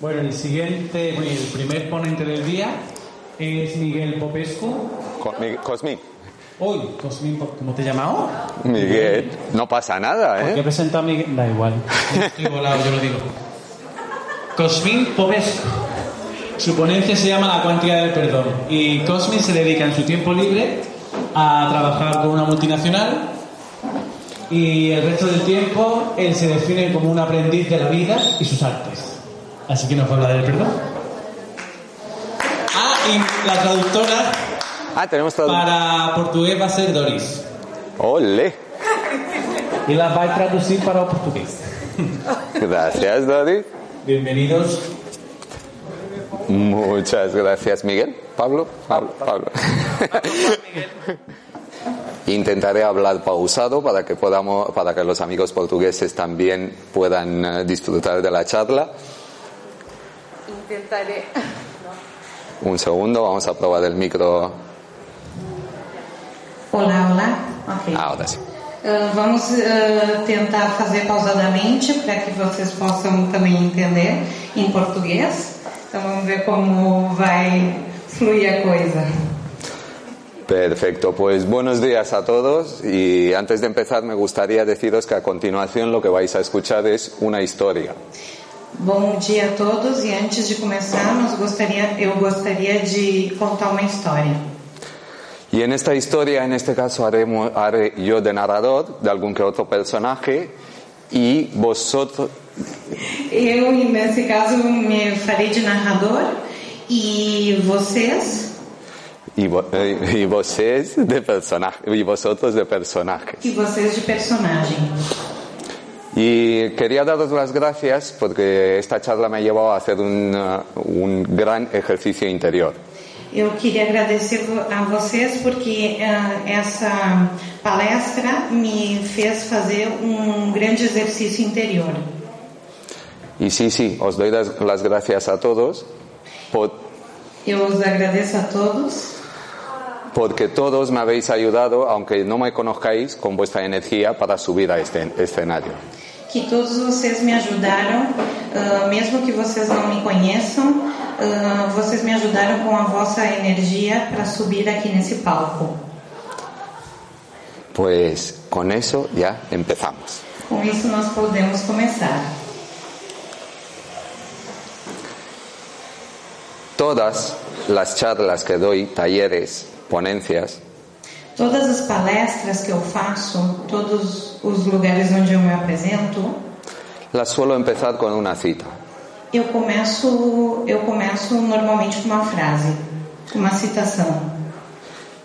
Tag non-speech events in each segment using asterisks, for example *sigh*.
Bueno, el siguiente, bueno, el primer ponente del día es Miguel Popescu. Cosmi. Hoy, Cosmin, Pop- ¿cómo te he llamado? Miguel, no pasa nada, Que ¿eh? presenta a Miguel. Da igual. *laughs* Estoy volado, yo lo digo. Cosmin Popescu. Su ponencia se llama La cuantía del perdón. Y Cosmin se dedica en su tiempo libre a trabajar con una multinacional. Y el resto del tiempo él se define como un aprendiz de la vida y sus artes. Así que nos va a hablar del perdón. Ah, y la traductora Ah, tenemos todo. para portugués va a ser Doris. ¡Ole! Y las va a traducir para portugués. Gracias, Dodi. Bienvenidos. Muchas gracias, Miguel. Pablo, Pablo, Pablo. *laughs* Intentaré hablar pausado para que podamos, para que los amigos portugueses también puedan eh, disfrutar de la charla. Intentaré. Un segundo, vamos a probar el micro. Olá, olá. Ok. Ahora sí. Ah, vamos ah, tentar fazer pausadamente para que vocês possam também entender em português. Então vamos ver como vai fluir a coisa. Perfecto, pues buenos días a todos y antes de empezar me gustaría deciros que a continuación lo que vais a escuchar es una historia. Bom dia a todos e antes de começar, nós gostaria, eu gostaria de contar uma história. Y en esta historia, en este caso, haremos- haré yo de narrador de algún que otro personaje y vosotros, Eu, nesse caso, me farei de narrador e vocês y, vo- eh, y vosés de personaje, y vosotros de personaje. e vocês de personagem. Y quería daros las gracias porque esta charla me ha llevado a hacer un, eh, un gran ejercicio interior. Eu queria agradecer vo- a vocês porque ah, essa palestra me fez fazer um grande exercício interior. Y sí, sí, os doy las, las gracias a todos por- Eu os agradeço a todos porque todos me habéis ayudado, aunque no me conozcáis, con vuestra energía para subir a este escenario. que todos vocês me ajudaram, ah, mesmo que vocês não me conheçam, ah, vocês me ajudaram com a vossa energia para subir aqui nesse palco. Pues con eso ya empezamos. Com isso nós podemos começar. Todas las charlas que doy, talleres, ponencias, Todas as palestras que eu faço, todos os lugares onde eu me apresento, las suelo empezar con una cita. Eu começo, eu começo normalmente com uma frase, com uma citação.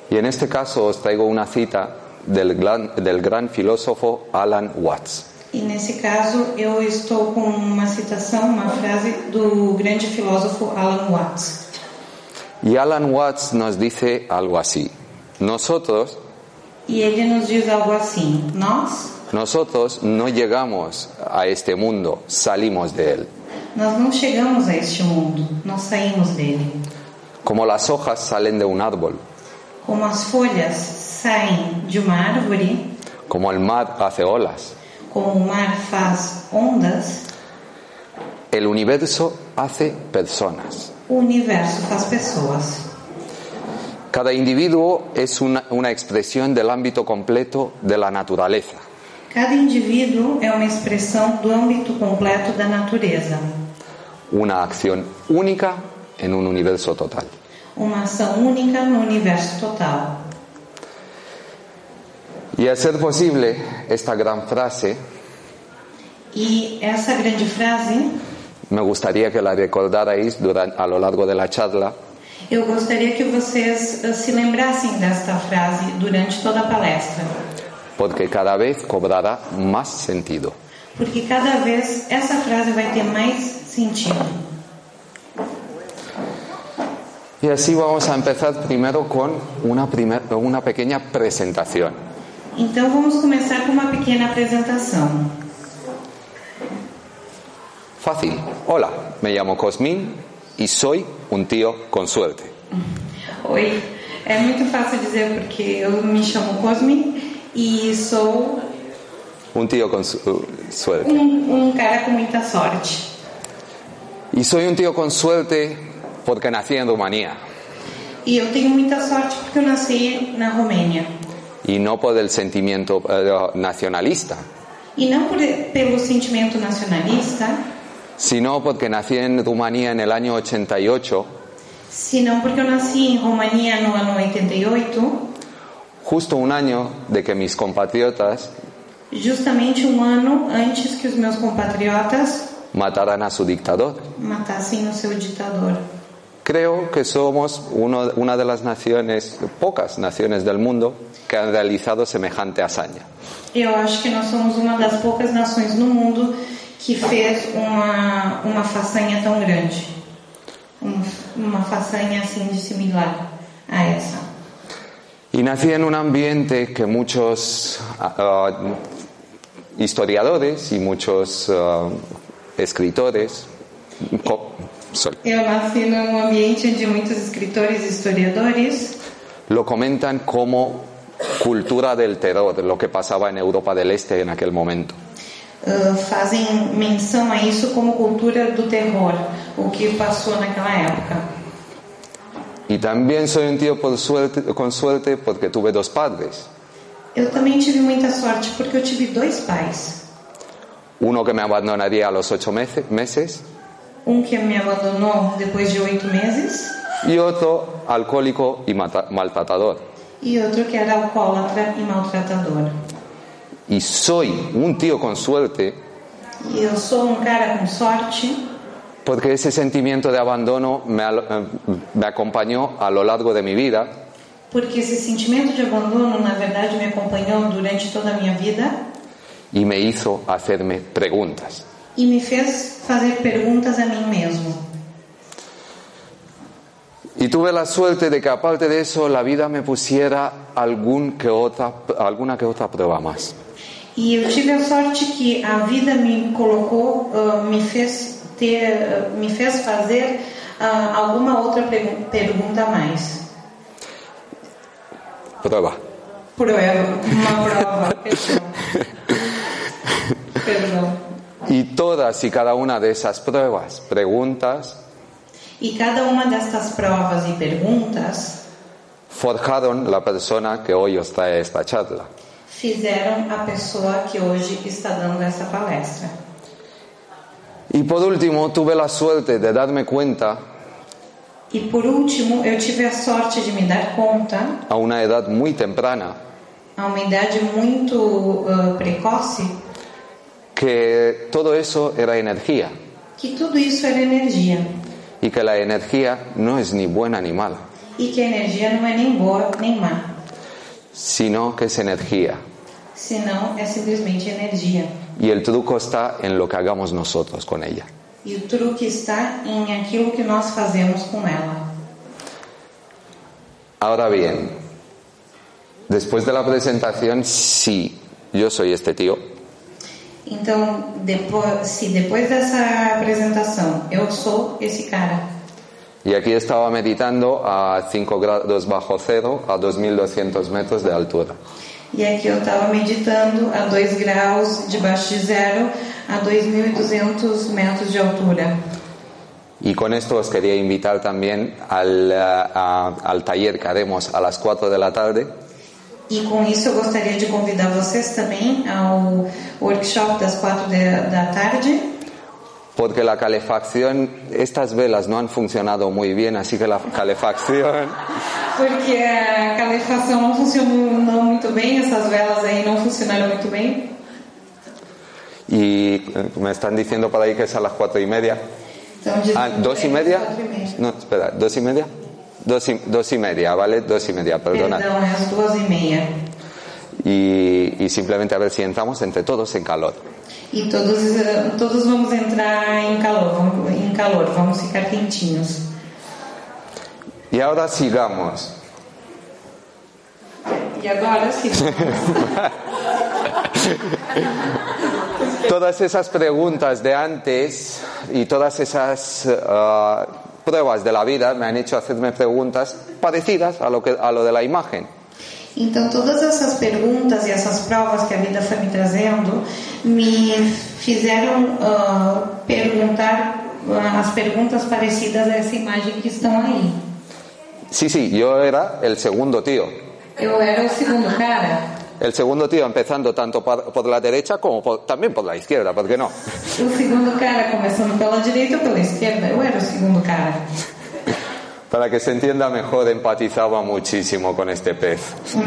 Y en este caso os traigo una cita del gran, del gran filósofo Alan Watts. E nesse caso eu estou com uma citação, uma frase do grande filósofo Alan Watts. Y Alan Watts nos dice algo así. Nosotros, E ele nos diz algo assim: Nós, nosotros no llegamos a este mundo, salimos de él. nós não chegamos a este mundo, nós saímos dele. Como las hojas salen de un árbol, Como as folhas saem de uma árvore, como el mar hace olas, como o mar faz ondas, el universo hace personas. o universo faz pessoas. Cada individuo es una, una expresión del ámbito completo de la naturaleza. Cada indivíduo é uma expressão do âmbito completo da natureza, Una acción única en un universo total. uma ação única no universo total. Y a ser posible, esta gran frase E essa grande frase me gustaría que la recordarais duran- a lo largo de la charla, eu gostaria que vocês eh, se lembrassem desta frase durante toda a palestra, porque cada vez cobrará más sentido. porque cada vez essa frase vai ter mais sentido. Y así vamos a empezar primero con una, primer- una pequeña presentación. Então vamos começar com uma pequena apresentação. Fácil. Hola, me llamo Cosmin y soy un tío con suerte. Oi. É muito fácil dizer porque eu me chamo Cosme e sou Un tío con su- suerte. um, um cara com muita sorte. Y soy un tío con suerte porque nací en Rumanía. E eu tenho muita sorte porque eu nasci na Romênia. Y no por el sentimiento eh, nacionalista, E não por, pelo sentimento nacionalista, sino porque nací en Rumanía en el año 88, senão porque eu nasci em Romania no ano 88, justo un año de que mis compatriotas justamente um ano antes que os meus compatriotas mataran a su dictador. matassem o seu ditador. Creo que somos uno- una de las naciones, pocas naciones del mundo, que han realizado semejante hazaña. Eu acho que nós somos uma das poucas nações no mundo que fez uma, uma façanha tão grande. Um- uma façanha assim de similar a essa. Y nací en un ambiente que muchos ah, ah, historiadores y muchos ah, escritores. co- sorry, Eu nasci num um ambiente de muitos escritores e historiadores lo comentan como cultura del terror, lo que pasaba en Europa del Este en aquel momento. ah, fazem menção a isso como cultura do terror, o que passou naquela época. Y también soy un tío por suerte, con suerte porque tuve dos padres. Eu também tive muita sorte porque eu tive dois pais. Uno que me abandonaría a los ocho mece- meses Um que me abandonou depois de oito meses y otro alcohólico y mata- maltratador. e outro que era alcoólatra e maltratador. Y soy un tío con suerte E eu sou um cara com sorte porque ese sentimiento de abandono me, al- eh, me acompañó a lo largo de mi vida porque esse sentimento de abandono, na verdade, me acompanhou durante toda a minha vida y me hizo hacerme preguntas. e me fez fazer perguntas a mim mesmo. Y tuve la suerte de que aparte de eso la vida me pusiera algún que otra, alguna que otra prueba más. E eu tive a sorte que a vida me colocou, ah, me fez ter, ah, me fez fazer ah, alguma outra pergu- pergunta a mais. Prueba. Prueba, uma prova, *laughs* perdão. Perdão. Y todas y cada una de esas pruebas, preguntas, E cada uma destas provas e perguntas forjaron la persona que hoy os trae esta charla. fizeram a pessoa que hoje está dando essa palestra. Y por último, tuve la suerte de darme cuenta E por último, eu tive a sorte de me dar conta, a una edad muy temprana a uma idade muito ah, precoce, que todo eso era energía que tudo isso era energia y que la energía no es ni buena ni mala, e que a energia não é nem boa nem má, sino que es energía. senão é simplesmente energia. Y el truco está en lo que hagamos nosotros con ella. E o truque está em aquilo que nós fazemos com ela. Ahora bien, después de la presentación, sí, yo soy este tío, Então, depois, se depois dessa apresentação eu sou esse cara y aquí estaba meditando a 5 grados bajo cero, a 2.200 metros de altura. e aqui eu estava meditando a 2 graus debaixo de zero a 2.200 metros de altura. Y con esto os quería invitar también al, eh, a- al taller que haremos a las 4 de la tarde, E com isso eu gostaria de convidar vocês também ao workshop das quatro da- da tarde. porque la calefacción, estas velas no han funcionado muy bien, así que la calefacción, Porque a calefação não funcionou não muito bem, essas velas aí não funcionaram muito bem. y eh, me están diciendo por ahí que es a las 4 y media. Então, de Ah, ¿dos y media? No, espera, ¿dos y media? Dos y, dos y media, ¿vale? Dos y media, perdona. Perdão, é às duas e meia. Y, y simplemente a ver si entramos entre todos en calor. E todos, eh, todos vamos entrar em calor, vamos, em calor, vamos ficar quentinhos. Y ahora sigamos. E *laughs* agora sim. Todas esas preguntas de antes y todas esas ah, pruebas de la vida me han hecho hacerme preguntas parecidas a lo, que, a lo de la imagen. Então, todas essas perguntas e essas provas que a vida foi me trazendo me fizeram ah, perguntar ah, as perguntas parecidas a essa imagem que estão aí. Sí, sí, yo era el segundo tío. Eu era o segundo cara. El segundo tío empezando tanto par- por la derecha como por- también por la izquierda, ¿por qué no? O segundo cara, começando pela direita ou pela esquerda, eu era o segundo cara. Para que se entienda mejor, empatizaba muchísimo con este pez. Hum.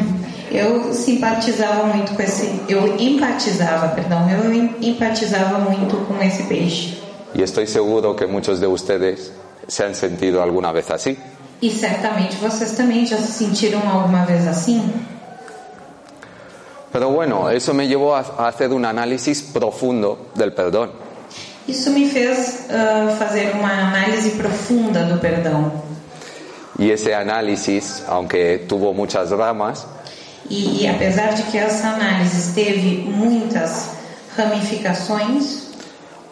Eu simpatizava muito com esse. Eu empatizava, perdão, eu em- empatizava muito com esse peixe. Y estoy seguro que muchos de ustedes se han sentido alguna vez así. E certamente vocês também já se sentiram alguma vez assim? Pero bueno, eso me llevó a a hacer un análisis profundo del perdón. Isso me fez ah, fazer uma análise profunda do perdão. Y ese análisis, aunque tuvo muchas ramas, E, e apesar de que essa análise teve muitas ramificações,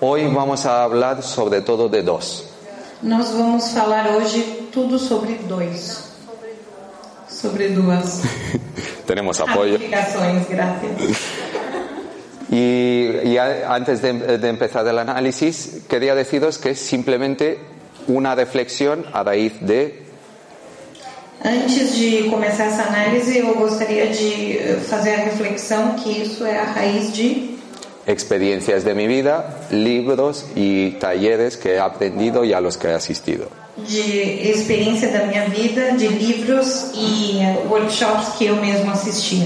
hoy vamos a hablar sobre todo de dos. *laughs* nós vamos falar hoje tudo sobre dois. Sobre duas Tenemos apoyo. ramificações, graças. Y, y a- antes de, de empezar el análisis, quería deciros que es simplemente una reflexión a raíz de Antes de começar essa análise, eu gostaria de eh, fazer a reflexão que isso é a raiz de experiencias de mi vida, libros y talleres que he aprendido y a los que he asistido. de experiência da minha vida, de livros e eh, workshops que eu mesmo assisti.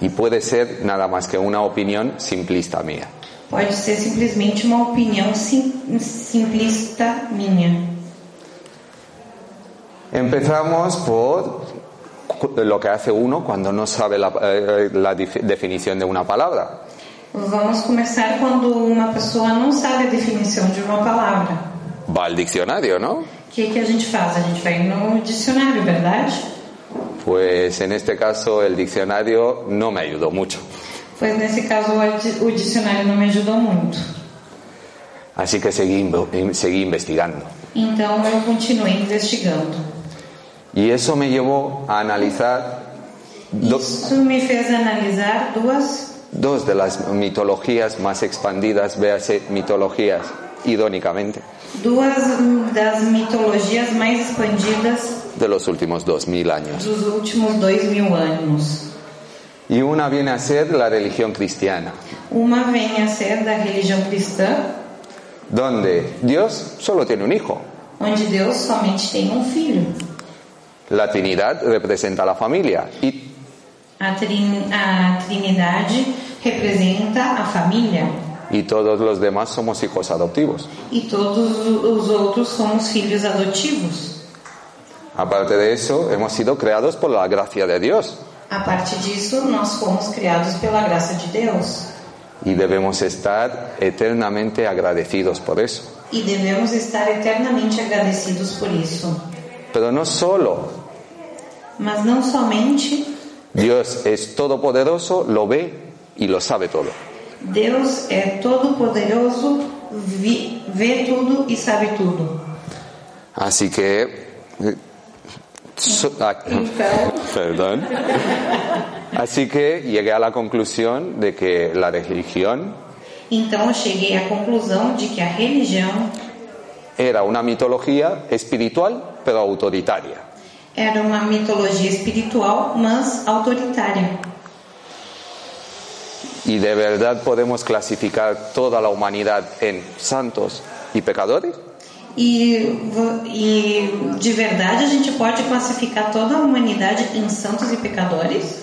Y puede ser nada más que una opinión simplista mía. Pode ser simplesmente uma opinião sim, simplista minha. Empezamos por cu- lo que hace uno cuando no sabe la, eh, la dif- definición de una palabra. Vamos começar quando uma pessoa não sabe a definição de uma palavra. Va al diccionario, ¿no? O que, que a gente faz? A gente vai no dicionário, verdade? Pues en este caso el diccionario no me ayudó mucho. Pois nesse caso o di- o dicionário não me ajudou muito. Así que seguí, invo- in- seguí investigando. Então eu continuei investigando. Y eso me llevó a analizar do- Isso me fez analisar duas, dos de las mitologías más expandidas, véase mitologías, irónicamente, duas hum, das mitologias mais expandidas de los últimos dos mil años. dos últimos dois mil anos. Y una viene a ser la religión cristiana, Uma vem a ser da religião cristã, donde Dios solo tiene un hijo. onde Deus somente tem um filho. La Trinidad representa a la familia y A, trin- a Trindade representa a família y todos los demás somos hijos adoptivos. e todos os outros somos filhos adotivos. Aparte de eso, hemos sido creados por la gracia de Dios A parte disso, nós fomos criados pela graça de Deus y debemos estar eternamente agradecidos por eso. e devemos estar eternamente agradecidos por isso. Pero no solo Mas não somente Dios es todopoderoso, lo ve y lo sabe todo. Deus é todo-poderoso, vi- vê tudo e sabe tudo. Así que... eh, so- ah, *laughs* Então, perdón. Así que llegué a la conclusión de que la religión Então eu cheguei à conclusão de que a religião era una mitología espiritual pero autoritaria. era uma mitologia espiritual, mas autoritária. ¿Y de verdad podemos clasificar toda la humanidad en santos y pecadores? E, vo- e de verdade a gente pode classificar toda a humanidade em santos e pecadores?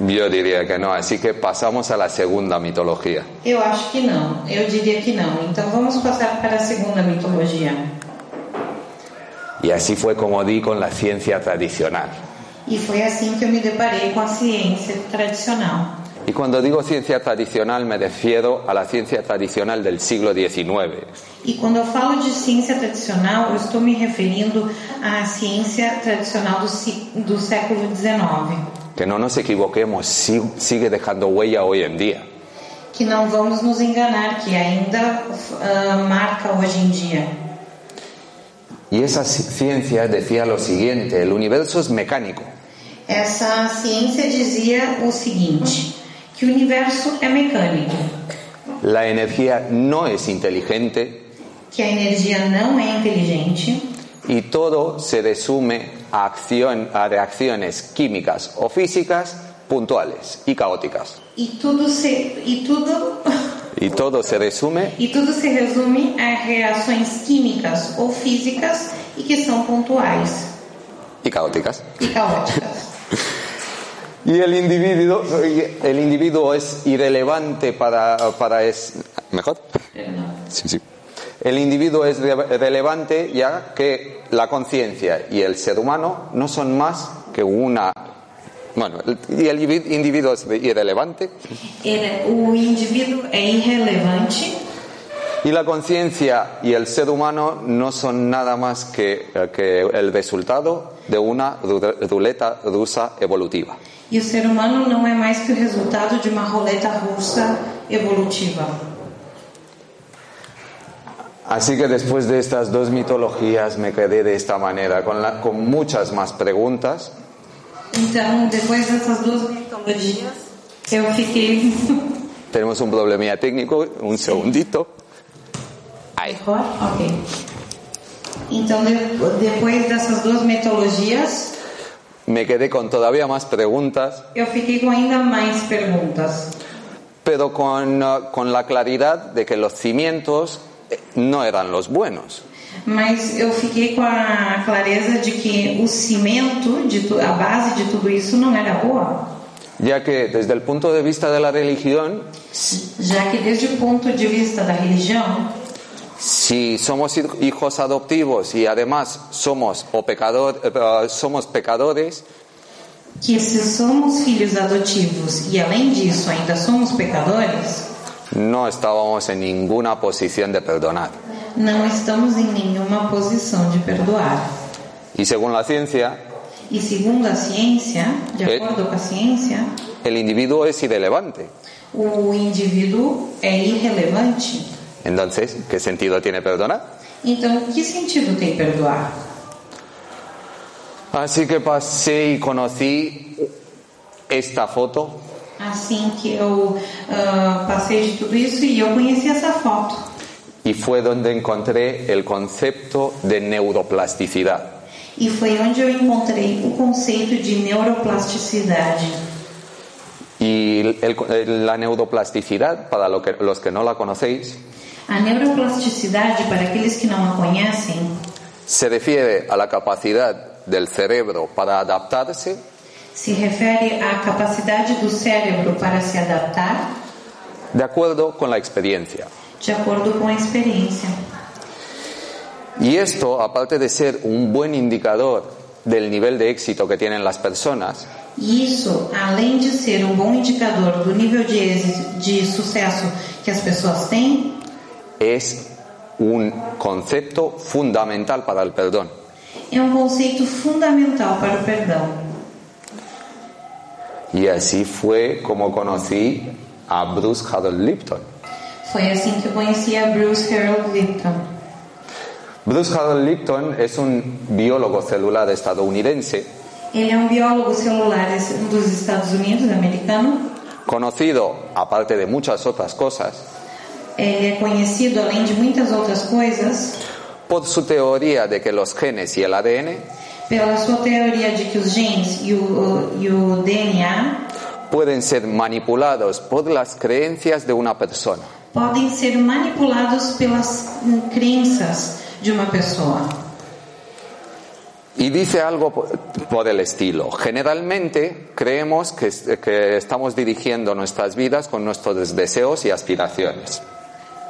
Yo diría que no, así que pasamos a la segunda mitología. Eu acho que não, eu diria que não. Então vamos passar para a segunda mitologia. Y así fue como di con la ciencia tradicional. E foi assim que eu me deparei com a ciência tradicional. Y cuando digo ciencia tradicional me refiero a la ciencia tradicional del siglo XIX, E quando eu falo de ciência tradicional, eu estou me referindo à ciência tradicional do, si- do século XIX. que no nos equivoquemos, sí- sigue dejando huella hoy en día. que não vamos nos enganar, que ainda ah, marca hoje em dia. Y esa ciencia decía lo siguiente, el universo es mecánico. Essa ciência dizia o seguinte: que o universo é mecânico, La energía no es inteligente que a energia não é inteligente y todo se resume a, acción, a reacciones químicas o físicas puntuales y caóticas. e tudo se e tudo *laughs* Y todo se resume e tudo se resume a reações químicas ou físicas e que são pontuais y caóticas. e caóticas. Y el individuo, el individuo es irrelevante para, para es, ¿Mejor? Sí, sí. El individuo es re- relevante ya que la conciencia y el ser humano no son más que una... Bueno, el- y el indivi- individuo es irrelevante Ele, o indivíduo é irrelevante y la conciencia y el ser humano no son nada más que, que el resultado de una ru- ruleta rusa evolutiva. e o ser humano não é mais que o resultado de uma roleta russa evolutiva. Así que después de estas dos mitologías me quedé de esta manera, con, la- con muchas más preguntas. Então, depois dessas duas mitologias, eu fiquei. *laughs* Tenemos un problemilla técnico, un segundito. Agora? Ok. Então, de- depois dessas duas mitologias, Me quedé con todavía más preguntas, eu fiquei com ainda mais perguntas. pero con, eh, con la claridad de que los cimientos eh, no eran los buenos. Mas eu fiquei com a clareza de que o cimento, de tu- a base de tudo isso, não era boa. Ya que desde el punto de vista de la religión, Já que, desde o ponto de vista da religião, si somos hij- hijos adoptivos y además somos, o pecador, eh, eh, somos pecadores, que se somos filhos adotivos e além disso ainda somos pecadores, no estábamos en ninguna posición de perdonar. não estamos em nenhuma posição de perdoar. Y según la ciencia, E segundo a ciência, de É. acordo com a ciência, el individuo es irrelevante. o indivíduo é irrelevante. Entonces, ¿qué sentido tiene perdonar? Então, que sentido tem perdoar? Así que pasé y conocí esta foto Assim que eu ah, passei de tudo isso e eu conheci essa foto. y fue donde encontré el concepto de neuroplasticidad. E foi onde eu encontrei o conceito de neuroplasticidade. Y el- el- la neuroplasticidad, para lo que- los que no la conocéis, A neuroplasticidade, para aqueles que não a conhecem, se refiere a la capacidad del cerebro para adaptarse se refere à capacidade do cérebro para se adaptar de acuerdo con la experiencia. de acordo com a experiência. Y esto, aparte de ser un buen indicador del nivel de éxito que tienen las personas, E Isso, além de ser um bom indicador do nível de, êxito, de sucesso que as pessoas têm, es un concepto fundamental para el perdón. é um conceito fundamental para o perdão. Y así fue como conocí a Bruce Harold Lipton. Foi assim que eu conheci a Bruce Harold Lipton. Bruce Harold Lipton es un biólogo celular estadounidense Ele é um biólogo celular dos Estados Unidos, americano. conocido, aparte de muchas otras cosas, Ele é conhecido, além de muitas outras coisas, por su teoría de que los genes y el ADN pela sua teoria de que os genes e o, o- e o DNA pueden ser manipulados por las creencias de una persona. podem ser manipulados pelas hum, crenças de uma pessoa. Y dice algo por por el estilo. Generalmente creemos que, es- que estamos dirigiendo nuestras vidas con nuestros deseos y aspiraciones.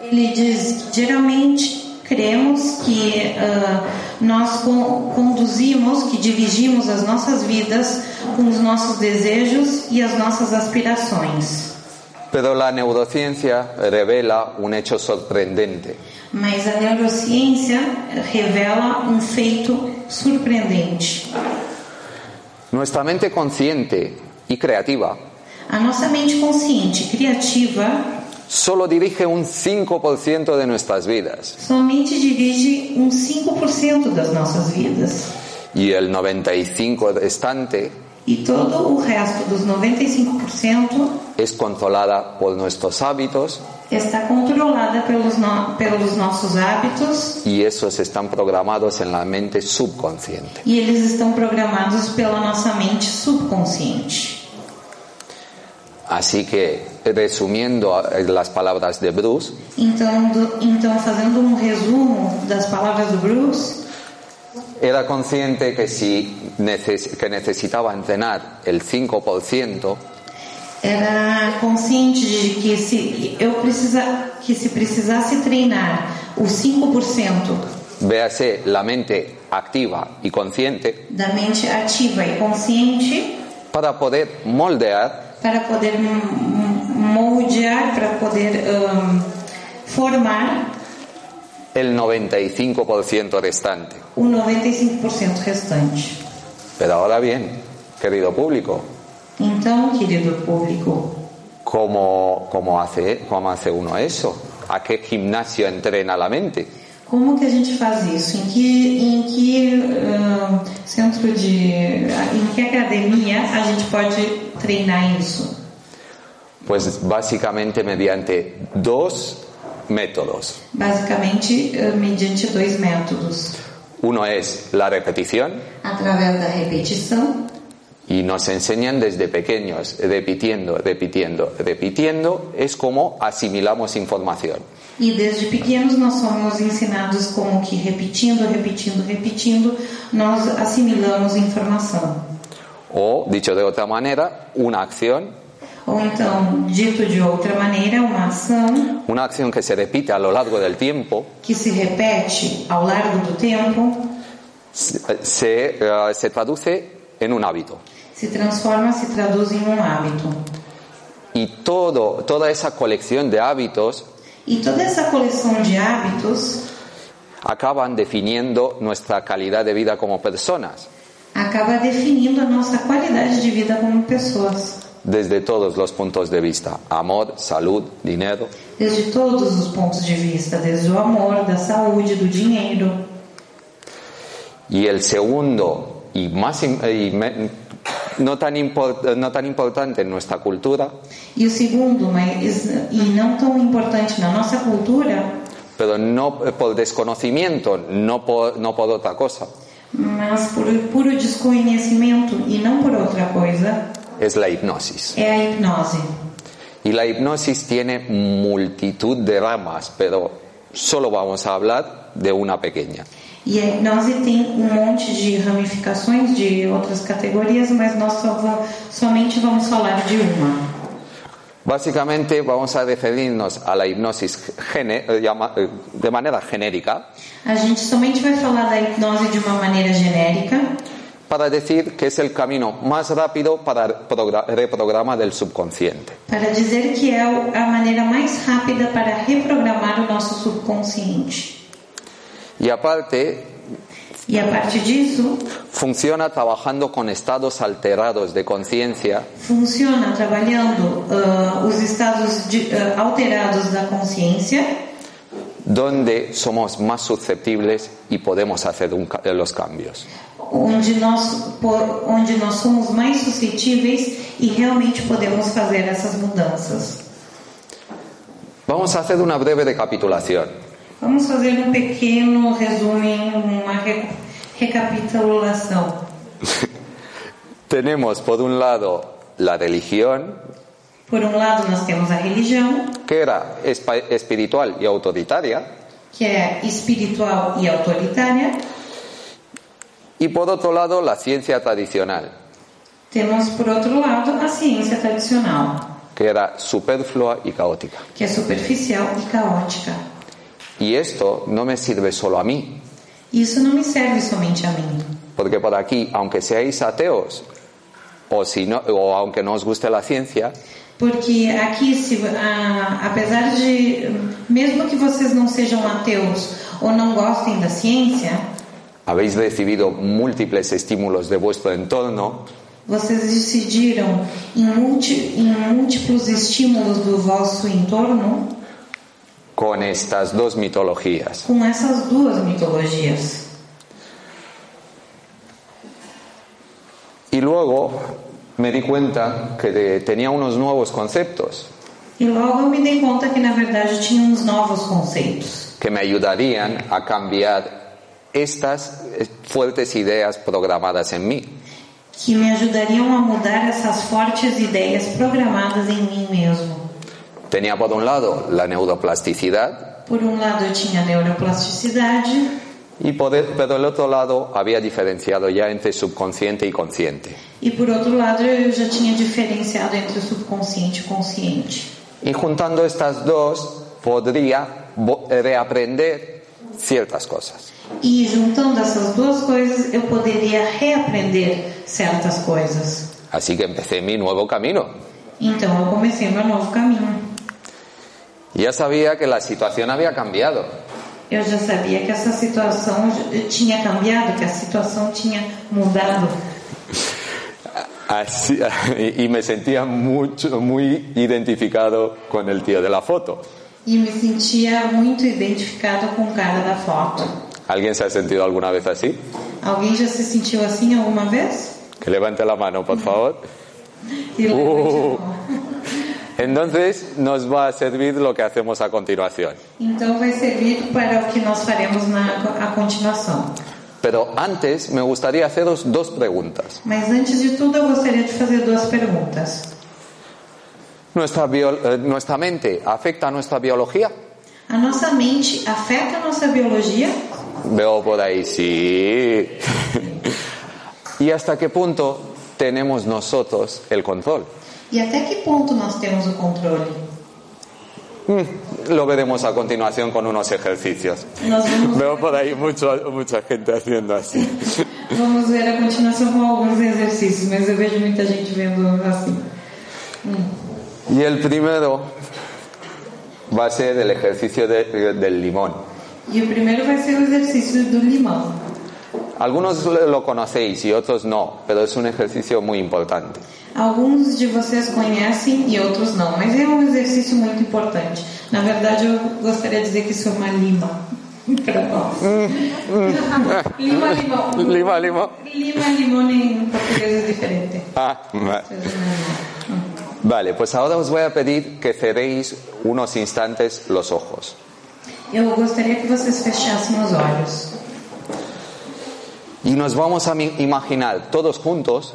Ele diz que geralmente cremos que ah, nós con- conduzimos, que dirigimos as nossas vidas com os nossos desejos e as nossas aspirações. Pero la neurociencia revela un hecho sorprendente. Mas a neurociência revela um feito surpreendente. Nuestra mente consciente y creativa A nossa mente consciente, criativa, solo dirige un 5% de nuestras vidas somente dirige um uns 5% das nossas vidas. y el 95% restante E todo o resto dos 95% es controlada por nuestros hábitos está controlada pelos, no- pelos nossos hábitos y esos están programados en la mente subconsciente. e eles estão programados pela nossa mente subconsciente. Así que, resumiendo eh, las palabras de Bruce, Então, do- então fazendo um resumo das palavras do Bruce, era consciente que si neces- que necesitaba entrenar el 5%, era consciente de que se eu precisa, que se precisasse treinar os 5% véase la mente activa y consciente, da mente ativa e consciente para poder moldear para poder hum, hum, moldear, para poder hum, formar el 95% restante. o 95% restante. Pero ahora bien, querido público, Então, querido público, ¿cómo, cómo hace, ¿cómo hace uno eso? ¿A qué gimnasio entrena la mente? como que a gente faz isso? Em que, em que hum, centro de. em que academia a gente pode treinar isso? Pues básicamente mediante dos métodos. Basicamente, eh, mediante dois métodos: Uno es la repetición através da repetição, y nos enseñan desde pequeños, repitiendo, repitiendo, repitiendo, es como asimilamos información. e desde pequenos nós somos ensinados como que repetindo, repetindo, repetindo, nós assimilamos informação. O, dicho de otra manera, una acción, Ou então, dito de outra maneira, uma ação una acción que se repite a lo largo del tiempo, que se repete ao largo do tempo se, se, eh, se traduce en un hábito. se transforma, se traduz em um hábito. Y todo, toda esa colección de hábitos E toda essa coleção de hábitos acaban definiendo nuestra calidad de vida como personas, acaba definindo a nossa qualidade de vida como pessoas, desde todos los puntos de vista, amor, salud, dinero, desde todos os pontos de vista, desde o amor, da saúde, do dinheiro. Y el segundo, y más im- y me- no, tan import- no tan importante en nuestra cultura, E o segundo, mas e não tão importante na nossa cultura, pero no por desconocimiento, no por, no por otra cosa, mas por puro desconhecimento e não por outra coisa, es la hipnosis. é a hipnose. Y la hipnosis tiene multitud de ramas, pero solo vamos a hablar de una pequeña. E a hipnose tem um monte de ramificações de outras categorias, mas nós só va- somente vamos falar de uma. Básicamente vamos a referirnos a la hipnosis gene- eh, llama- eh, de manera genérica A gente somente vai falar da hipnose de uma maneira genérica para decir que es el camino más rápido para progra- reprogramar el subconsciente. para dizer que é o- a maneira mais rápida para reprogramar o nosso subconsciente. Y aparte, E a partir disso, funciona trabajando con estados alterados de conciencia funciona trabalhando ah, os estados de- ah, alterados da consciência, donde somos más susceptibles y podemos hacer un ca- eh, los cambios. onde nós, po- onde nós somos mais suscetíveis e realmente podemos fazer essas mudanças. Vamos a hacer una breve recapitulación. Vamos fazer um pequeno resumo, em uma re- recapitulação. Tenemos, por un lado, la religión, Por um lado, nós temos a religião, que era espa- espiritual y autoritaria, que é espiritual e autoritária. y por otro lado, la ciencia tradicional, Temos, por outro lado, a ciência tradicional, que era superflua y caótica. que é superficial e caótica. Y esto no me sirve solo a mí, Isso não me serve somente a mim. porque por aquí, aunque seáis ateos, o, si no- o aunque no os guste la ciencia, Porque aqui, se, a, apesar de. Mesmo que vocês não sejam ateus ou não gostem da ciência, Habéis recibido múltiples estímulos de vuestro entorno Vocês decidiram em, múlti- em múltiplos estímulos do vosso entorno con estas dos mitologías. com essas duas mitologias. Y luego me di cuenta que de- tenía unos nuevos conceptos E logo eu me dei conta que na verdade tinha uns novos conceitos que me ayudarían a cambiar estas eh, fuertes ideas programadas en mí. que me ajudariam a mudar essas fortes ideias programadas em mim mesmo. Tenía por un lado la neuroplasticidad Por um lado eu tinha a neuroplasticidade y por el, pero el otro lado había diferenciado ya entre subconsciente y consciente. e por outro lado eu já tinha diferenciado entre o subconsciente e o consciente. Y juntando estas dos podría vo- reaprender ciertas cosas. E juntando essas duas coisas, eu poderia reaprender certas coisas. Así que empecé mi nuevo camino. Então eu comecei meu novo caminho. Ya sabía que la situación había cambiado, Eu já sabia que essa situação j- tinha cambiado, que a situação tinha mudado. Así- *laughs* y y me sentía mucho, muy identificado con el tío de la foto. E me sentia muito identificado com o cara da foto. ¿Alguien se ha sentido alguna vez así? Alguém já se sentiu assim alguma vez? Que levante la mano, por favor. E levante a Uh. mão. Entonces nos va a servir lo que hacemos a continuación. Então vai servir para o que nós faremos na co- a continuação. Pero antes me gustaría haceros dos preguntas. Mas antes de tudo, eu gostaria de fazer duas perguntas. ¿Nuestra, bio- eh, nuestra mente afecta a nuestra biología? A nossa mente afeta a nossa biologia Veo por ahí, sí. ¿Y hasta qué punto tenemos nosotros el control? e até que ponto nós temos o controle? Mm, Lo veremos a continuación con unos ejercicios. Nós vamos, Veo por ahí mucho- mucha gente haciendo así. vamos ver a continuação com alguns exercícios, mas eu vejo muita gente vendo assim. Y el primero va a ser el ejercicio de- del limón. E o primeiro vai ser o exercício do limão. Algunos lo conocéis y otros no, pero es un ejercicio muy importante. Alguns de vocês conhecem e outros não, mas é um exercício muito importante. Na verdade, eu gostaria de dizer que isso é uma lima *laughs* para nós. lima, limão. Lima, limón. Lima, limão em português é diferente. Ah, va- Vocês não- vale, pues ahora os voy a pedir que cerréis unos instantes los ojos. Eu gostaria que vocês fechassem os olhos. Y nos vamos a mi- imaginar todos juntos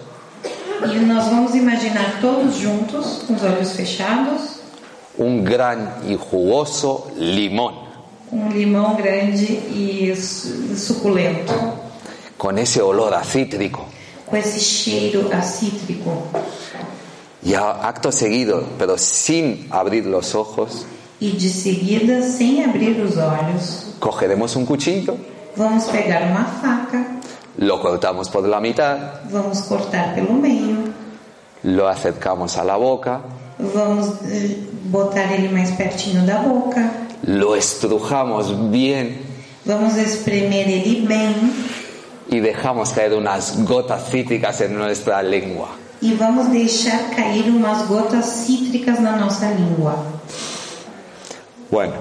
E nós vamos imaginar todos juntos, com os olhos fechados, un gran y jugoso limón. um limão grande e su- suculento, con ese olor a cítrico. com esse cheiro a cítrico. Y a- acto seguido, pero sin abrir los ojos, E de seguida, sem abrir os olhos, cogeremos un cuchillo, vamos pegar uma faca, lo cortamos por la mitad, vamos cortar pelo meio, lo acercamos a la boca, vamos eh, botar ele mais pertinho da boca, lo estrujamos bien vamos espremer ele bem. y dejamos caer unas gotas cítricas en nuestra lengua. e vamos deixar cair umas gotas cítricas na nossa língua. Bueno,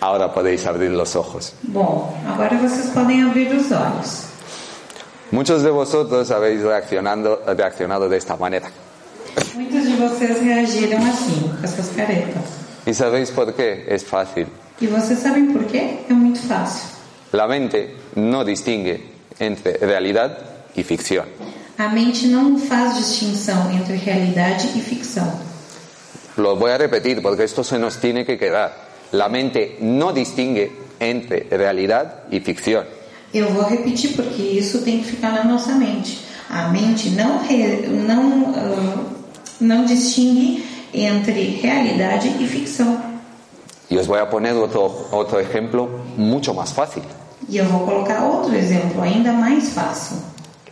ahora podéis abrir los ojos. Bom, agora vocês podem abrir os olhos. Muchos de vosotros habéis reaccionando, reaccionado de esta manera. Muitos de vocês reagiram assim, com essas caretas. ¿Y sabéis por qué? Es fácil. E vocês sabem por quê? É muito fácil. La mente no distingue entre realidad y ficción. A mente não faz distinção entre realidade e ficção. Lo voy a repetir porque esto se nos tiene que quedar. La mente no distingue entre realidad y ficción. Eu vou repetir porque isso tem que ficar na nossa mente. A mente não, re- não, ah, não distingue entre realidade e ficção. Y os voy a poner otro, otro ejemplo mucho más fácil. E eu vou colocar outro exemplo ainda mais fácil.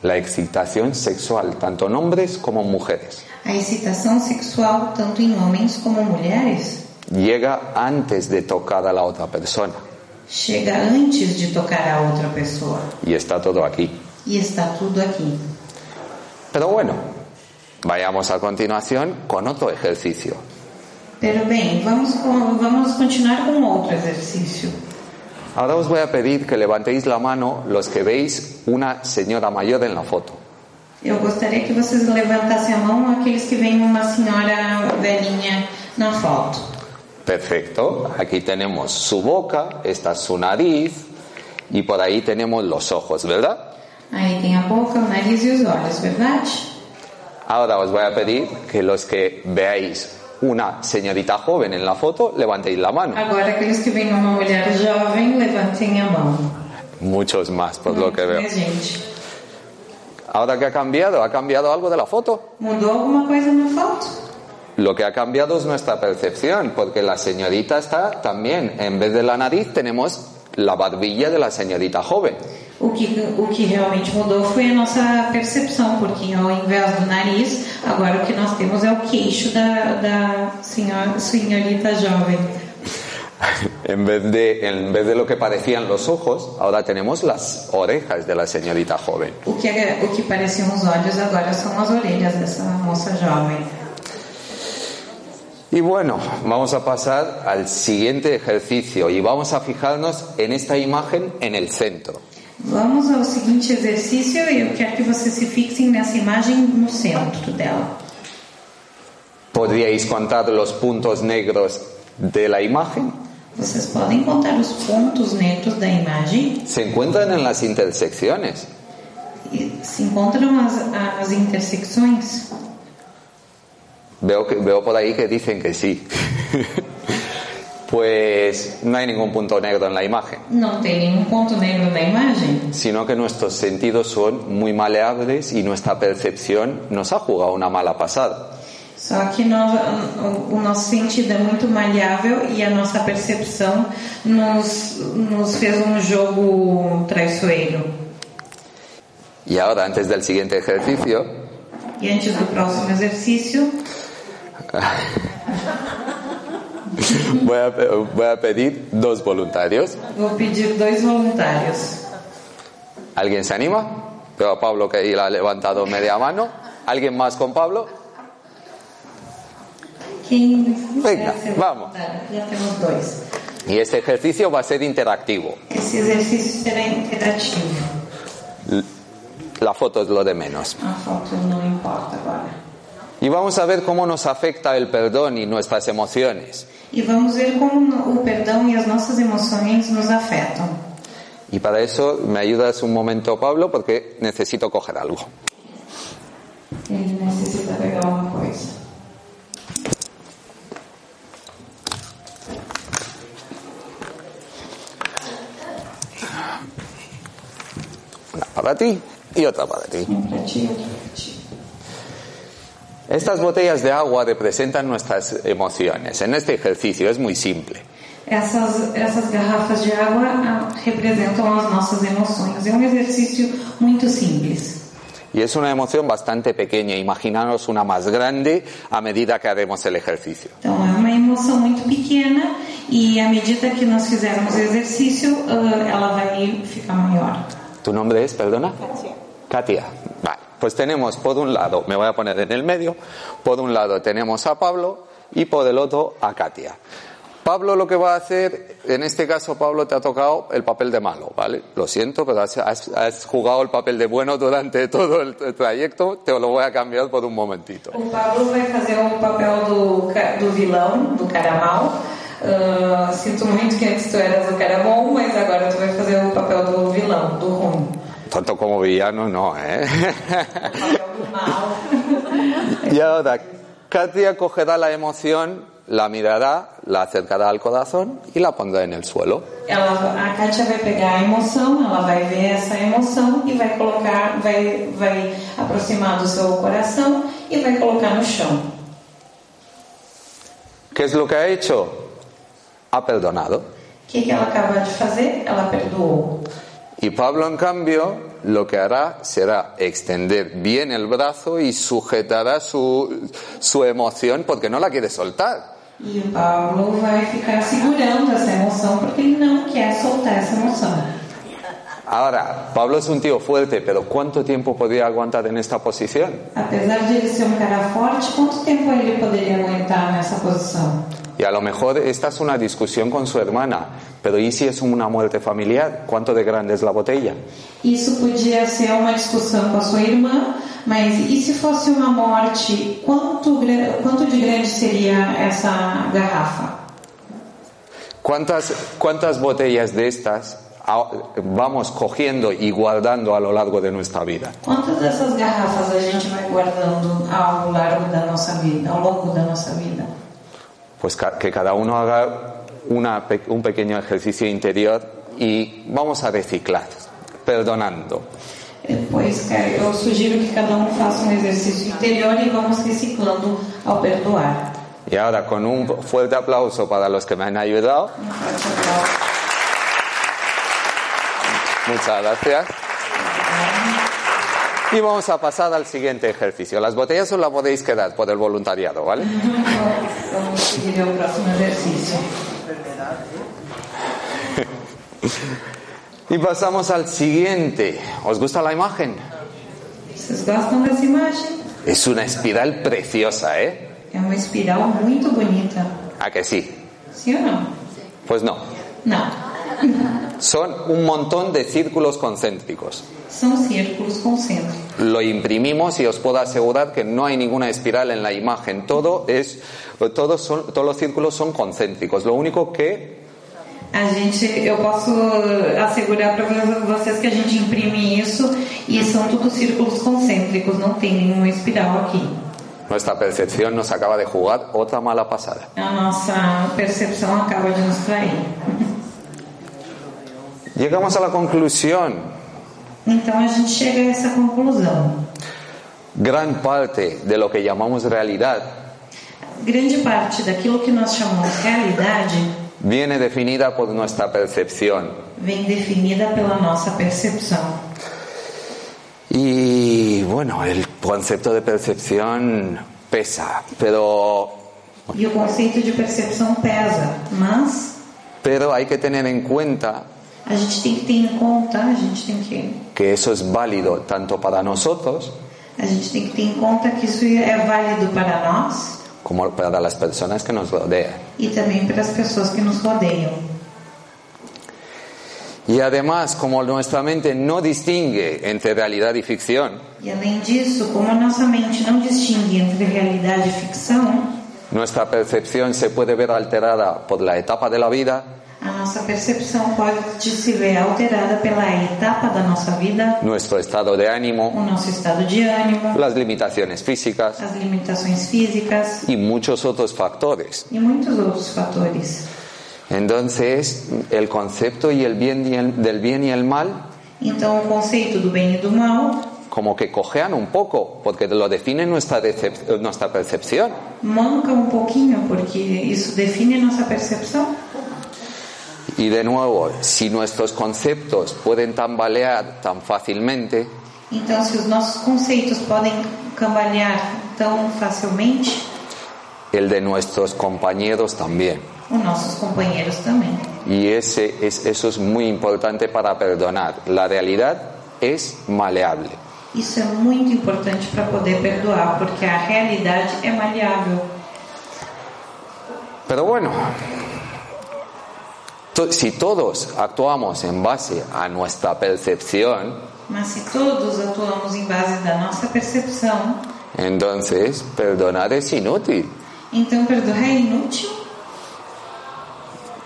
La excitación sexual, tanto en hombres como en mujeres, A excitação sexual, tanto em homens como mulheres, llega antes de tocar a la otra persona. chega antes de tocar a outra pessoa. Y está todo aquí. E está tudo aqui. Pero bueno, Vayamos a continuación con otro ejercicio. Pero bem, vamos, com- vamos continuar com outro exercício. Ahora os voy a pedir que levantéis la mano los que veis una señora mayor en la foto. Eu gostaria que vocês levantassem a mão aqueles que veem uma senhora velhinha na foto. Perfecto. Aquí tenemos su boca, esta es su nariz y por ahí tenemos los ojos, ¿verdad? Aí tem a boca, o nariz e os olhos, verdade? Ahora os voy a pedir que los que veáis una señorita joven en la foto, levantéis la mano. Agora aqueles que veem uma mulher jovem, levantem a mão. Muchos más, por lo que veo. Mas, gente, Ahora que ha cambiado, ¿ha cambiado algo de la foto? mudou alguma coisa na foto? Lo que ha cambiado es nuestra percepción, porque la señorita está también, en vez de la nariz, tenemos la barbilla de la señorita joven. O que, o que realmente mudou foi a nossa percepção, porque ao invés do nariz, agora o que nós temos é o queixo da, da senhora, senhorita jovem. En vez, de, en vez de lo que parecían los ojos, ahora tenemos las orejas de la señorita joven. O que, é- o que pareciam os olhos agora são as orelhas dessa moça jovem. Y bueno, vamos a pasar al siguiente ejercicio y vamos a fijarnos en esta imagen en el centro. Vamos ao seguinte exercício e eu quero que vocês se fixem nessa imagem no centro dela. ¿Podríais contar los puntos negros de la imagen? Vocês podem contar os pontos negros da imagem Se encuentran en las intersecciones. e se encontram as, as intersecções. Veo, que, veo por ahí que dicen que sí. *laughs* pues no hay ningún punto negro en la imagen, Não tem nenhum ponto negro na imagem, sino que nuestros sentidos son muy maleables y nuestra percepción nos ha jugado una mala pasada. só que nós, o- o nosso sentido é muito maleável e a nossa percepção nos, nos fez um jogo traiçoeiro. Y ahora, antes del siguiente ejercicio, E antes do próximo exercício, voy a, pe- voy a pedir dos voluntarios. vou pedir dois voluntários. ¿Alguien se anima? Veo a Pablo que ahí la ha levantado media mano. ¿Alguien más con Pablo? Quem Venga, quer ser vamos. voluntário? Já temos dois. Y este ejercicio va a ser interactivo. Esse exercício será interativo. La foto es lo de menos. A foto não importa agora. Y vamos a ver cómo nos afecta el perdón y nuestras emociones. E vamos ver como o perdão e as nossas emoções nos afetam. Y para eso me ayudas un momento, Pablo, porque necesito coger algo. Ele necessita pegar uma coisa. Una para ti y otra para ti. Um pra ti, outro pra ti. Estas botellas de agua representan nuestras emociones. En este ejercicio es muy simple. Essas, essas garrafas de água ah, representam as nossas emoções. É um exercício muito simples. Y es una emoción bastante pequeña. Imaginaros una más grande a medida que haremos el ejercicio. Então, é uma emoção muito pequena e à medida que nós fizermos o exercício, ah, ela vai ficar maior. ¿Tu nombre es, perdona? Katia. Vale, pues tenemos por un lado, me voy a poner en el medio, por un lado tenemos a Pablo y por el otro a Katia. Pablo lo que va a hacer, en este caso Pablo te ha tocado el papel de malo, ¿vale? Lo siento, pero has, has- has jugado el papel de bueno durante todo el tra- trayecto, te lo voy a cambiar por un momentito. O Pablo vai fazer o papel do, ca- do vilão, do cara mal. Ah, sinto muito que antes tu eras o cara bom, mas agora tu vai fazer o papel do vilão, do ruim. Tanto como villano, no, ¿eh? *laughs* O papel do mal. Y ahora, Katia cogerá la emoción, la mirará, la acercará al corazón y la pondrá en el suelo. Ela, a Kátia vai pegar a emoção, ela vai ver essa emoção e vai colocar, vai, vai aproximar do seu coração e vai colocar no chão. ¿Qué es lo que ha hecho? Ha perdonado. O que, que ela acaba de fazer? Ela perdoou. Y Pablo, en cambio, lo que hará será extender bien el brazo y sujetará su, su emoción porque no la quiere soltar. E o Paulo vai ficar segurando essa emoção porque ele não quer soltar essa emoção. Ahora, Pablo es un tío fuerte, pero ¿cuánto tiempo podría aguantar en esta posición? Apesar de ele ser um cara forte, quanto tempo ele poderia aguentar nessa posição? Y a lo mejor esta es una discusión con su hermana, pero ¿y si es una muerte familiar? ¿Cuánto de grande es la botella? Isso podia ser uma discussão com a sua irmã, mas e se fosse uma morte, quanto, gra- quanto de grande seria essa garrafa? ¿Cuántas, cuántas botellas de estas a- vamos cogiendo y guardando a lo largo de nuestra vida? Quantas dessas garrafas a gente vai guardando ao longo da nossa vida, ao longo da nossa vida? Pues ca- que cada uno haga una pe- un pequeño ejercicio interior y vamos a reciclar, perdonando. Pois, cara, eu sugiro que cada um faça um exercício interior e vamos reciclando ao perdoar. Y ahora con un fuerte aplauso para los que me han ayudado. Um forte abraço. Muchas gracias. Y vamos a pasar al siguiente ejercicio. Las botellas os las podéis quedar por el voluntariado, ¿vale? Vamos seguir ao próximo exercício. Y pasamos al siguiente. ¿Os gusta la imagen? Vocês gostam dessa imagem? Es una espiral preciosa, ¿eh? É uma espiral muito bonita. ¿A que sí? Sim ou não? Pues no. Não. Son un montón de círculos concéntricos. São círculos concêntricos. Lo imprimimos y os puedo asegurar que no hay ninguna espiral en la imagen. Todo es, todos, son, todos los círculos son concéntricos. Lo único que A gente, eu posso assegurar para vocês que a gente imprime isso e são tudo círculos concêntricos, não tem nenhuma espiral aqui. nuestra percepción nos acaba de jugar otra mala pasada. A nossa percepção acaba de nos trair. Llegamos a la conclusión Então a gente chega a essa conclusão. Gran parte de lo que llamamos realidad Grande parte daquilo que nós chamamos realidade viene definida por nuestra percepción. vem definida pela nossa percepção. Y bueno, el concepto de percepción pesa, pero, E o conceito de percepção pesa, mas pero hay que tener en cuenta a gente tem que ter em conta, a gente tem que que eso es válido tanto para nosotros a gente tem que ter em conta que isso é válido para nós como para las personas que nos rodean. e também para as pessoas que nos rodeiam. Y además, como nuestra mente no distingue entre realidad y ficción, E além disso, como a nossa mente não distingue entre realidade e ficção, nuestra percepción se puede ver alterada por la etapa de la vida, a nossa percepção pode se ver alterada pela etapa da nossa vida, nuestro estado de ánimo, o nosso estado de ânimo, las limitaciones físicas as limitações físicas y muchos otros factores. e muitos outros fatores. Entonces, el concepto y el bien y el- del bien y el mal Então, o conceito do bem e do mal como que cojean un poco, porque lo define nuestra, decep- nuestra percepción. manca um pouquinho, porque isso define a nossa percepção. Y de nuevo, si nuestros conceptos pueden tambalear tan fácilmente, Então, se os nossos conceitos podem cambalear tão facilmente, el de nuestros compañeros también. os nossos companheiros também. Y ese, es, eso es muy importante para perdonar. La realidad es maleable. Isso é muito importante para poder perdoar, porque a realidade é maleável. Pero bueno, to- si todos actuamos en base a nuestra percepción, Mas se todos atuamos em base da nossa percepção, entonces perdonar es inútil. então perdoar é inútil.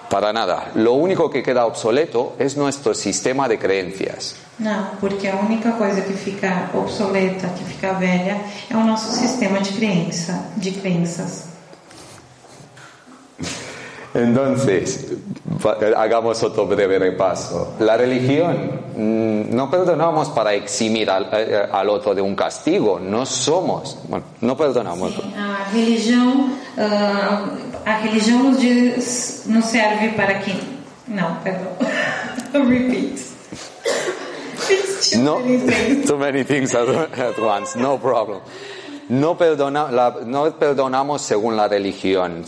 Para nada. Lo único que queda obsoleto es nuestro sistema de creencias. Não, porque a única coisa que fica obsoleta, que fica velha, é o nosso sistema de crença, de crenças. Entonces, va- hagamos otro breve repaso. La religión, mm, no perdonamos para eximir al, eh, al otro de un castigo, no somos, bueno, no perdonamos. A religião, ah, a religião nos diz, nos serve para quem? Não, perdão. *laughs* Repeat. It's too No, many *laughs* things. too many things at, at once, no problem. No, perdona- la- no perdonamos según la religión,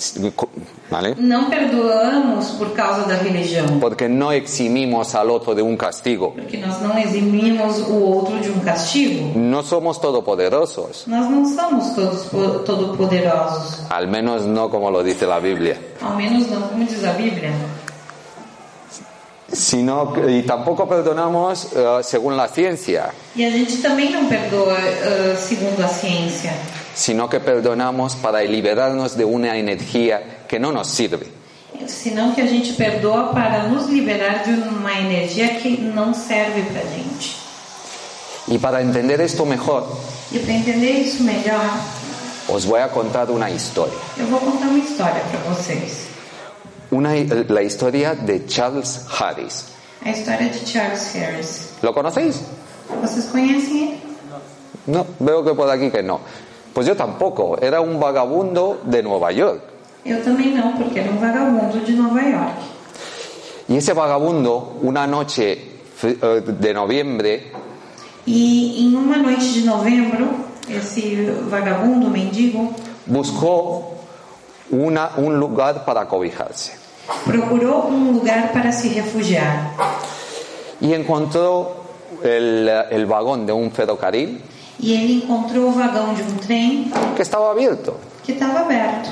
¿vale? Não perdoamos por causa da religião, Porque no eximimos al otro de un castigo. porque nós não eximimos o outro de um castigo. No somos todopoderosos, Nós não somos todos po- todo-poderosos, al menos no como lo dice la Biblia. ao menos não como diz a Bíblia. Sino, y tampoco perdonamos eh, según la ciencia, E a gente também não perdoa ah, segundo a ciência, sino que perdonamos para liberarnos de una energía que no nos sirve. senão que a gente perdoa para nos liberar de uma energia que não serve pra gente. Y para entender esto mejor, E para entender isso melhor, os voy a contar una historia. eu vou contar uma história para vocês. Una, eh, la historia de Charles Harris. A história de Charles Harris. ¿Lo conocéis? Vocês conhecem ele? No, veo que por aquí que no. Pues yo tampoco, era un vagabundo de Nueva York. Eu também não, porque era um vagabundo de Nova York. Y ese vagabundo, una noche fr- eh, de noviembre, E em uma noite de novembro, esse vagabundo mendigo buscó una- un lugar para cobijarse. procurou um lugar para se refugiar Y encontró el, eh, el vagón de un ferrocarril e ele encontrou o vagão de um trem que estaba abierto. que estava aberto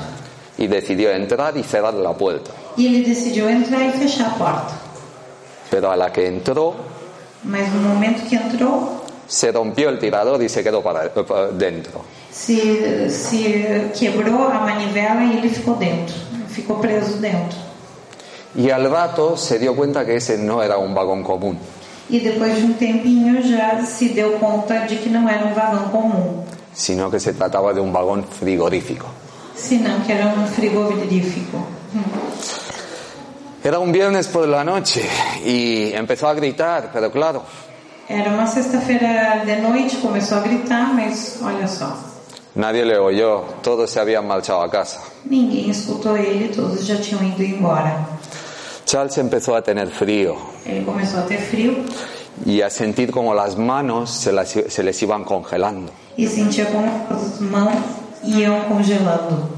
Y decidió entrar y cerrar la puerta. e ele decidiu entrar e fechar a porta. Pero a la que entró, Mas no momento que entrou, se rompió el tirador y se quedó para, eh, para dentro. se, se quebrou a manivela e ele ficou dentro, ficou preso dentro. Y al rato se dio cuenta que ese no era un vagón común. E depois de um tempinho já se deu conta de que não era um vagão comum, sino que se trataba de un vagón frigorífico. senão que era um frigorífico. Era un viernes por la noche y empezó a gritar, pero claro, Era uma sexta-feira de noite, começou a gritar, mas olha só, nadie le oyó, todos se habían marchado a casa. ninguém escutou ele, todos já tinham ido embora. Charles empezó a tener frío Ele começou a ter frio y a sentir como las manos se, las- se les iban congelando. e sentia como as mãos iam congelando.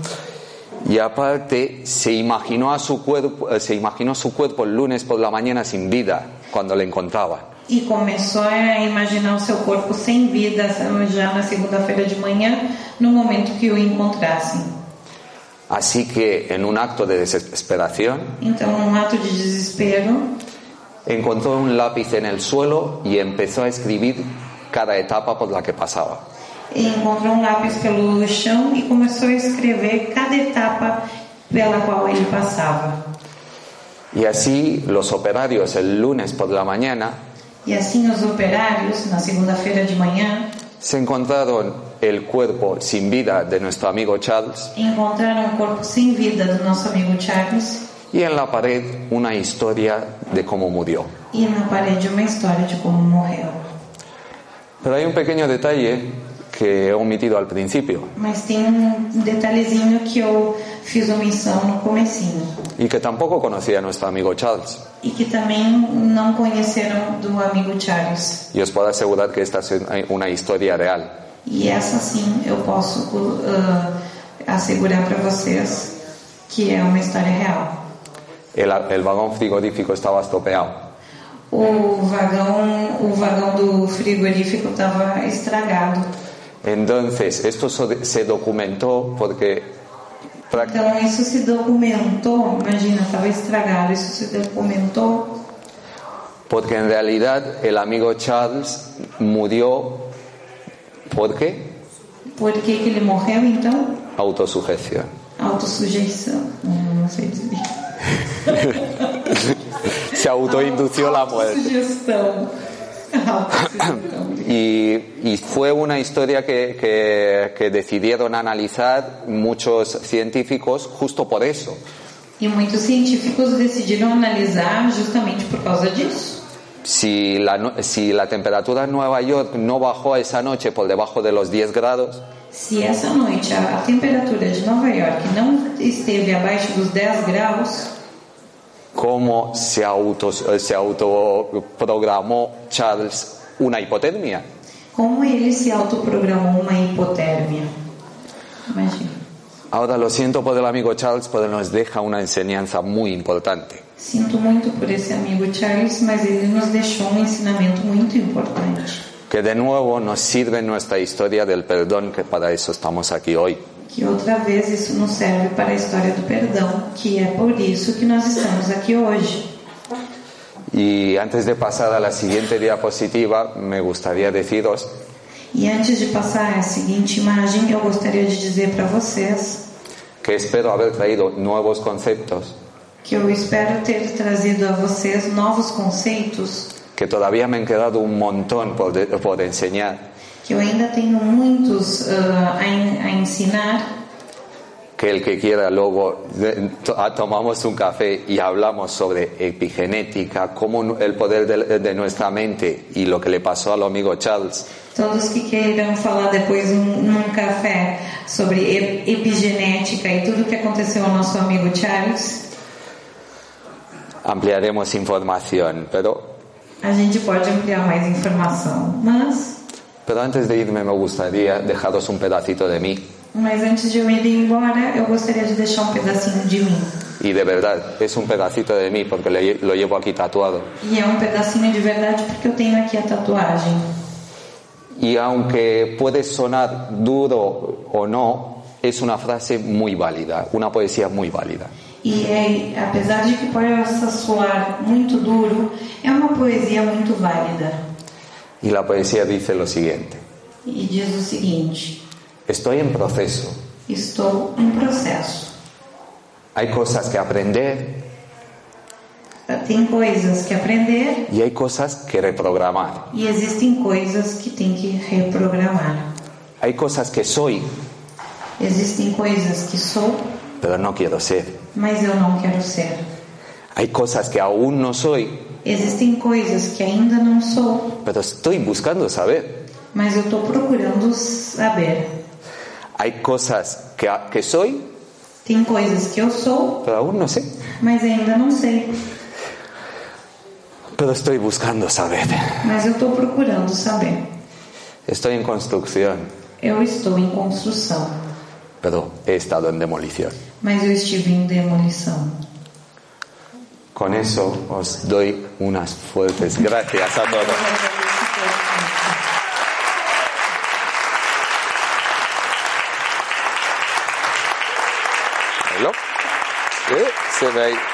Y aparte se imaginó, a su cuerpo, eh, se imaginó su cuerpo el lunes por la mañana sin vida cuando le encontraban. E começou a imaginar o seu corpo sem vida já na segunda-feira de manhã, no momento que o encontrassem. Así que en un acto de desesperación Então, num ato de desespero, encontró un lápiz en el suelo y empezó a escribir cada etapa por la que pasaba. encontrou um lápis pelo chão e começou a escrever cada etapa pela qual ele passava. Y así los operarios el lunes por la mañana E assim os operários, na segunda-feira de manhã, se encontraron el cuerpo sin vida de nuestro amigo Charles encontraram o corpo sem vida do nosso amigo Charles y en la pared una historia de cómo murió. e na parede uma história de como morreu. Pero hay un pequeño detalle que he omitido al principio Mas tem um detalhezinho que eu fiz omissão no comecinho y que tampoco conocía nuestro amigo Charles. e que também não conheceram do amigo Charles. Y os puedo asegurar que esta es una historia real. E essa sim eu posso ah, assegurar para vocês que é uma história real. El, el vagón frigorífico estaba estropeado. O vagão, o vagão do frigorífico estava estragado. Entonces, esto so- se documentó porque prácticamente Então isso se documentou, imagina, estava estragado, isso se documentou Porque en realidad el amigo Charles murió porque por que que ele morreu então? autosugestión. Autosujeição, Hum, não sei dizer. Se autoindució la muerte. Autossugestão. Autossugestão. Y, y fue una historia que, que- que decidieron analizar muchos científicos justo por eso. E muitos científicos decidiram analisar justamente por causa disso. Si la, no- si la temperatura en Nueva York no bajó esa noche por debajo de los 10 grados, Se essa noite a, a temperatura de Nova York não esteve abaixo dos 10 graus, ¿cómo se, auto, se autoprogramó Charles una hipotermia? como ele se autoprogramou uma hipotermia? Imagina. Ahora lo siento por el amigo Charles, pero nos deja una enseñanza muy importante. Sinto muito por esse amigo Charles, mas ele nos deixou um ensinamento muito importante, que de nuevo nos sirve en nuestra historia del perdón, que para eso estamos aquí hoy. que outra vez isso nos serve para a história do perdão, que é por isso que nós estamos aqui hoje. Y antes de pasar a la siguiente diapositiva, me gustaría deciros E antes de passar a seguinte imagem, eu gostaria de dizer para vocês que espero haber traído nuevos conceptos que eu espero ter trazido a vocês novos conceitos que todavía me han quedado un montón por, de- por enseñar, que eu ainda tenho muitos ah, a, en- a ensinar, que el que quiera luego de- to- ah, tomamos un café y hablamos sobre epigenética, cómo nu- el poder de, de nuestra mente y lo que le pasó al amigo Charles, todos que queiram falar depois num, num café sobre ep- epigenética e tudo que aconteceu ao nosso amigo Charles, ampliaremos información. Pero, a gente pode ampliar mais informação. Mas, pero antes de irme me gustaría dejaros un pedacito de mí. mas antes de eu ir embora, eu gostaria de deixar um pedacinho de mim. Y de verdad, es un pedacito de mí porque le- lo llevo aquí tatuado. E é um pedacinho de verdade porque eu tenho aqui a tatuagem. Y aunque puede sonar duro o no, es una frase muy válida, una poesía muy válida. E é, apesar de que possa soar muito duro, é uma poesia muito válida. Y la poesía dice lo siguiente, E diz o seguinte: estoy en proceso, Estou em processo. hay cosas que aprender Tem coisas que aprender y hay cosas que reprogramar, e existem coisas que tem que reprogramar. hay cosas que soy, Existem coisas que sou, pero no quiero ser, mas eu não quero ser. hay cosas que aún no soy, Existem coisas que ainda não sou, pero estoy buscando saber, mas eu estou procurando saber. hay cosas que, que soy, Tem coisas que eu sou, pero aún no sé, mas ainda não sei. pero estoy buscando saber, Mas eu estou procurando saber. estoy en construcción, Eu estou em construção, pero he estado en demolición. mas eu estive em demolição. Con eso os doy unas fuertes gracias a todos. ¿Aló? ¿Eh? Se ve ahí.